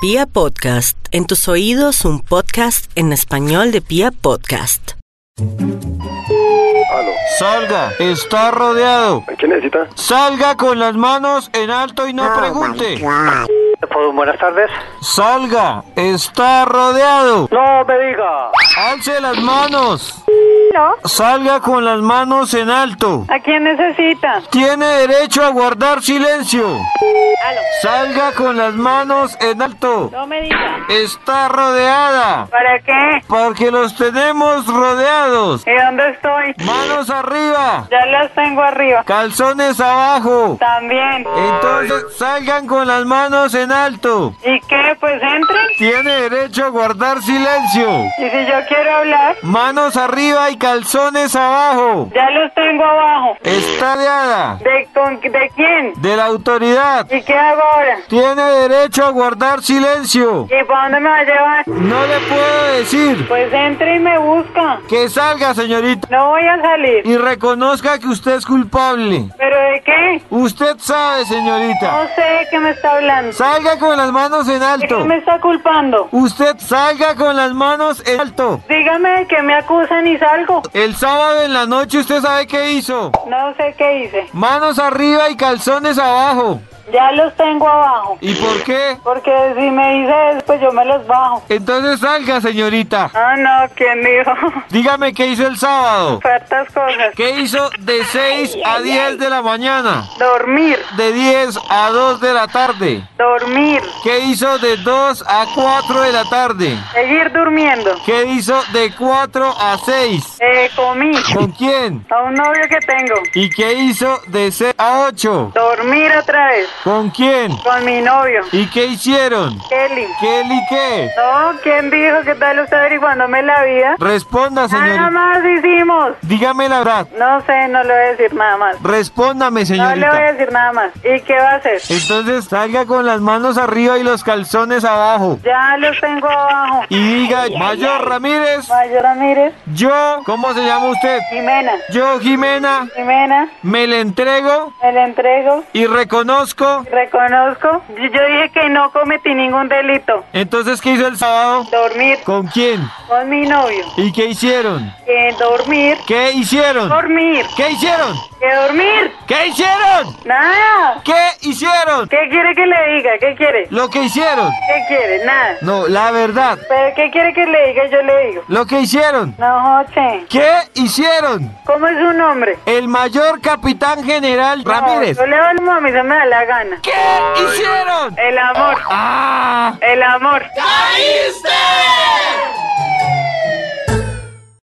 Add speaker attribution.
Speaker 1: Pia Podcast, en tus oídos un podcast en español de Pia Podcast.
Speaker 2: Salga, está rodeado.
Speaker 3: ¿Qué necesita?
Speaker 2: Salga con las manos en alto y no pregunte.
Speaker 3: Pues, buenas tardes.
Speaker 2: Salga, está rodeado.
Speaker 3: No me diga.
Speaker 2: Alce las manos.
Speaker 4: ¿Aló?
Speaker 2: Salga con las manos en alto.
Speaker 4: ¿A quién necesita?
Speaker 2: Tiene derecho a guardar silencio.
Speaker 4: Aló.
Speaker 2: Salga con las manos en alto.
Speaker 4: No me diga.
Speaker 2: Está rodeada.
Speaker 4: ¿Para qué?
Speaker 2: Porque los tenemos rodeados.
Speaker 4: ¿Y dónde estoy?
Speaker 2: Manos arriba.
Speaker 4: Ya las tengo arriba.
Speaker 2: Calzones abajo.
Speaker 4: También.
Speaker 2: Entonces salgan con las manos en alto.
Speaker 4: ¿Y qué? Pues entren.
Speaker 2: Tiene derecho a guardar silencio.
Speaker 4: Y si yo quiero hablar,
Speaker 2: Manos arriba y calzones abajo.
Speaker 4: ya los tengo abajo.
Speaker 2: Estadeada.
Speaker 4: ¿De, con, ¿De quién?
Speaker 2: De la autoridad.
Speaker 4: ¿Y qué hago ahora?
Speaker 2: Tiene derecho a guardar silencio.
Speaker 4: ¿Y para dónde me va a llevar?
Speaker 2: No le puedo decir.
Speaker 4: Pues entre y me busca.
Speaker 2: Que salga, señorita.
Speaker 4: No voy a salir.
Speaker 2: Y reconozca que usted es culpable.
Speaker 4: ¿Pero de qué?
Speaker 2: Usted sabe,
Speaker 4: No
Speaker 2: señorita.
Speaker 4: sé de qué me está hablando.
Speaker 2: Salga con las manos en
Speaker 4: ¿De qué
Speaker 2: alto.
Speaker 4: me está culpando?
Speaker 2: Usted salga con las manos en alto.
Speaker 4: Dígame de qué me acusan y salgo.
Speaker 2: El sábado en la noche usted sabe qué hizo.
Speaker 4: No sé qué hice.
Speaker 2: Manos arriba y calzones abajo.
Speaker 4: Ya los tengo abajo.
Speaker 2: ¿Y por qué?
Speaker 4: Porque si me dices, pues yo me los bajo.
Speaker 2: Entonces salga, señorita.
Speaker 4: Ah, no, ¿quién dijo?
Speaker 2: Dígame qué hizo el sábado.
Speaker 4: Ciertas cosas.
Speaker 2: ¿Qué hizo de 6 a 10 de la mañana?
Speaker 4: Dormir,
Speaker 2: De 10 a 2 de la tarde.
Speaker 4: dormir,
Speaker 2: ¿Qué hizo de 2 a 4 de la tarde?
Speaker 4: seguir durmiendo.
Speaker 2: ¿Qué hizo de 4 a 6?
Speaker 4: Eh, comí
Speaker 2: ¿Con quién?
Speaker 4: a un novio que tengo.
Speaker 2: ¿Y qué hizo de 6 a 8?
Speaker 4: Dormir otra vez
Speaker 2: ¿Con quién?
Speaker 4: con mi novio,
Speaker 2: ¿Y qué hicieron?
Speaker 4: Kelly.
Speaker 2: ¿Qué li qué?
Speaker 4: No, ¿quién dijo que tal usted averiguándome la vida?
Speaker 2: Responda,
Speaker 4: Nada
Speaker 2: señorita.
Speaker 4: más hicimos.
Speaker 2: Dígame la verdad.
Speaker 4: No sé, no le voy a decir nada más.
Speaker 2: Respóndame,
Speaker 4: No le voy a
Speaker 2: señorita.
Speaker 4: decir nada más. ¿Y qué va a hacer?
Speaker 2: Entonces salga con las manos arriba y los calzones abajo.
Speaker 4: Ya los tengo abajo.
Speaker 2: Y diga, Mayor Ramírez,
Speaker 4: Mayor Ramírez,
Speaker 2: yo, ¿cómo se llama usted?
Speaker 4: Jimena,
Speaker 2: Yo, Jimena,
Speaker 4: Jimena,
Speaker 2: me le entrego
Speaker 4: me la entrego.
Speaker 2: y reconozco.
Speaker 4: Reconozco. Yo yo dije que no cometí ningún delito.
Speaker 2: Entonces, ¿qué hizo el sábado?
Speaker 4: Dormir
Speaker 2: ¿Con quién?
Speaker 4: con mi novio.
Speaker 2: ¿Y qué hicieron?
Speaker 4: Que dormir,
Speaker 2: ¿Qué hicieron?
Speaker 4: dormir,
Speaker 2: ¿Qué hicieron?
Speaker 4: que dormir.
Speaker 2: ¿Qué hicieron?
Speaker 4: Nada.
Speaker 2: ¿Qué hicieron?
Speaker 4: ¿Qué quiere que le diga? ¿Qué quiere?
Speaker 2: Lo que hicieron.
Speaker 4: ¿Qué quiere? Nada.
Speaker 2: No, la verdad.
Speaker 4: ¿Pero qué quiere que le diga? Yo le digo.
Speaker 2: Lo que hicieron.
Speaker 4: No, Joche.
Speaker 2: ¿Qué hicieron?
Speaker 4: ¿Cómo es su nombre?
Speaker 2: El mayor capitán general Ramírez.
Speaker 4: No, yo le hablo a mí, se me da la gana.
Speaker 2: ¿Qué hicieron?
Speaker 4: El amor,
Speaker 2: ¡Ah!
Speaker 4: el amor.
Speaker 2: ¡Ahí está!